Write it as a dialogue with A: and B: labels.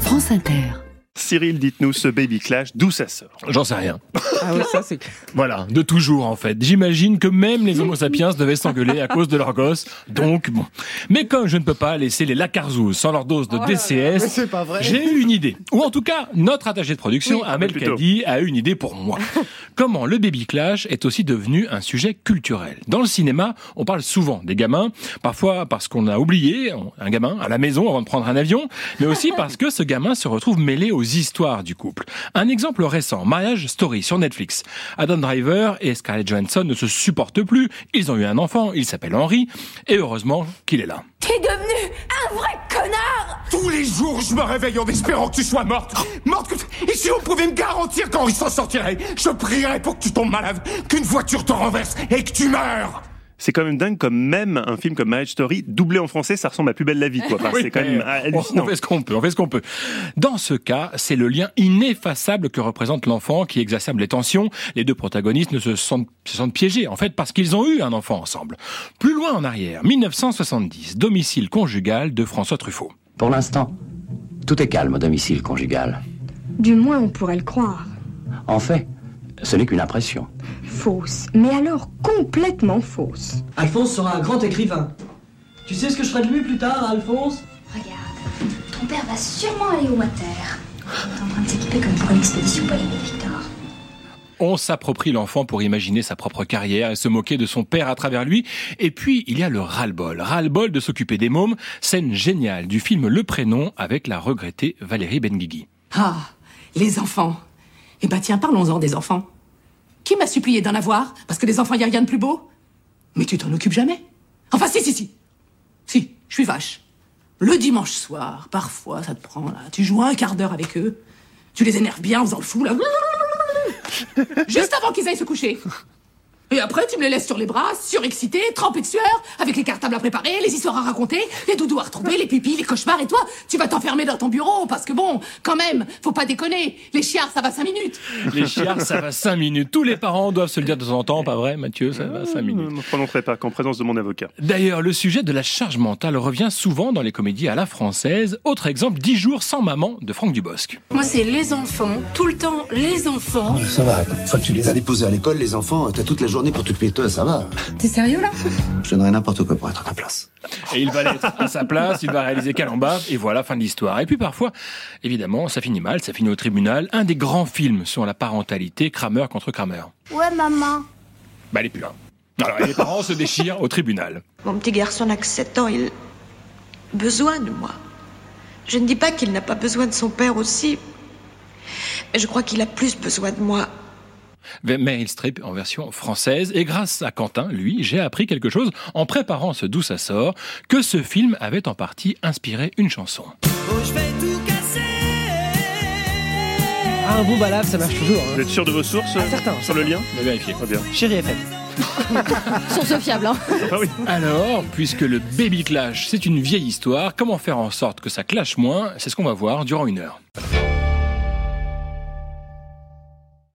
A: France Inter.
B: Cyril, dites-nous ce baby clash, d'où ça sort
C: J'en sais rien.
D: Ah oui, ça c'est
C: Voilà, de toujours en fait. J'imagine que même les homo sapiens devaient s'engueuler à cause de leur gosse. Donc bon. Mais comme je ne peux pas laisser les Lacarzous sans leur dose de DCS,
E: pas vrai.
C: j'ai eu une idée. ah, Ou en tout cas, notre attaché de production, Amel
B: plutôt.
C: Kadi, a eu une idée pour moi. Comment le baby clash est aussi devenu un sujet culturel. Dans le cinéma, on parle souvent des gamins, parfois parce qu'on a oublié un gamin à la maison avant de prendre un avion, mais aussi parce que ce gamin se retrouve mêlé aux histoires du couple. Un exemple récent, Mariage Story sur Netflix. Adam Driver et Scarlett Johansson ne se supportent plus, ils ont eu un enfant, il s'appelle Henry, et heureusement qu'il est là.
F: T'es devenu un vrai connard
G: Tous les jours, je me réveille en espérant que tu sois morte. Morte que tu- Et si on pouvait me garantir qu'Henri s'en sortirait, je prierais pour que tu tombes malade, qu'une voiture te renverse et que tu meurs.
B: C'est quand même dingue comme même un film comme Marriage Story, doublé en français, ça ressemble à Plus belle la vie. Quoi. Enfin,
C: Oui,
B: c'est quand
C: mais
B: même euh,
C: on-
B: hallucinant.
C: On fait ce qu'on peut, on fait ce qu'on peut. Dans ce cas, c'est le lien ineffaçable que représente l'enfant qui exacerbe les tensions. Les deux protagonistes ne se sentent, se sentent piégés, en fait, parce qu'ils ont eu un enfant ensemble. Plus loin en arrière, 1970, domicile conjugal de François Truffaut.
H: Pour l'instant, tout est calme au domicile conjugal.
I: Du moins, on pourrait le croire.
H: En fait, ce n'est qu'une impression.
I: Fausse, mais alors complètement fausse.
E: Alphonse sera un grand écrivain. Tu sais ce que je ferai de lui plus tard, Alphonse
F: Regarde, ton père va sûrement aller au water. Il est en train de s'équiper comme pour une expédition pour les Victor.
C: On s'approprie l'enfant pour imaginer sa propre carrière et se moquer de son père à travers lui. Et puis, il y a le ras-le-bol. Ras-le-bol de s'occuper des mômes, scène géniale du film Le Prénom avec la regrettée Valérie Benguigui.
J: Ah, les enfants. Eh ben tiens, parlons-en des enfants. Qui m'a supplié d'en avoir Parce que les enfants, y a rien de plus beau Mais tu t'en occupes jamais. Enfin, si, si, si. Si, je suis vache. Le dimanche soir, parfois, ça te prend, là. Tu joues un quart d'heure avec eux. Tu les énerves bien en faisant le fou, là. Juste avant qu'ils aillent se coucher. Et après, tu me les laisses sur les bras, surexcités, trempés de sueur, avec les cartables à préparer, les histoires à raconter, les doudous à retrouver, les pupilles, les cauchemars, et toi, tu vas t'enfermer dans ton bureau, parce que bon, quand même, faut pas déconner, les chiards, ça va cinq minutes.
C: Les chiards, ça va 5 minutes. Tous les parents doivent se le dire de temps en temps, pas vrai, Mathieu Ça va 5
B: Je ne
C: minutes.
B: me prononcerai pas qu'en présence de mon avocat.
C: D'ailleurs, le sujet de la charge mentale revient souvent dans les comédies à la française. Autre exemple, 10 jours sans maman de Franck Dubosc.
J: Moi, c'est les enfants, tout le temps, les enfants.
G: Ça va, une fois que tu les as déposés à l'école, les enfants, t'as toute la journée pour t'occuper de toi, ça va.
J: T'es sérieux, là
G: Je donnerais n'importe quoi pour être à ta place.
C: Et il va l'être à sa place, il va réaliser Calamba, et voilà, fin de l'histoire. Et puis parfois, évidemment, ça finit mal, ça finit au tribunal. Un des grands films sur la parentalité, Kramer contre Kramer.
F: Ouais, maman.
C: Bah, elle est plus là. Alors, et les parents se déchirent au tribunal.
I: Mon petit garçon n'a que 7 ans, il a besoin de moi. Je ne dis pas qu'il n'a pas besoin de son père aussi, mais je crois qu'il a plus besoin de moi.
C: Meryl Streep en version française. Et grâce à Quentin, lui, j'ai appris quelque chose en préparant ce d'où ça sort, que ce film avait en partie inspiré une chanson.
D: Ah, un bon balave, ça marche toujours.
B: Vous êtes sûr de vos sources
D: Ah, certain,
B: Sur le lien
C: On a vérifié.
B: Très bien.
D: Chérie FM.
A: Source fiable, hein
B: Ah oui.
C: Alors, puisque le baby clash, c'est une vieille histoire, comment faire en sorte que ça clash moins C'est ce qu'on va voir durant une heure.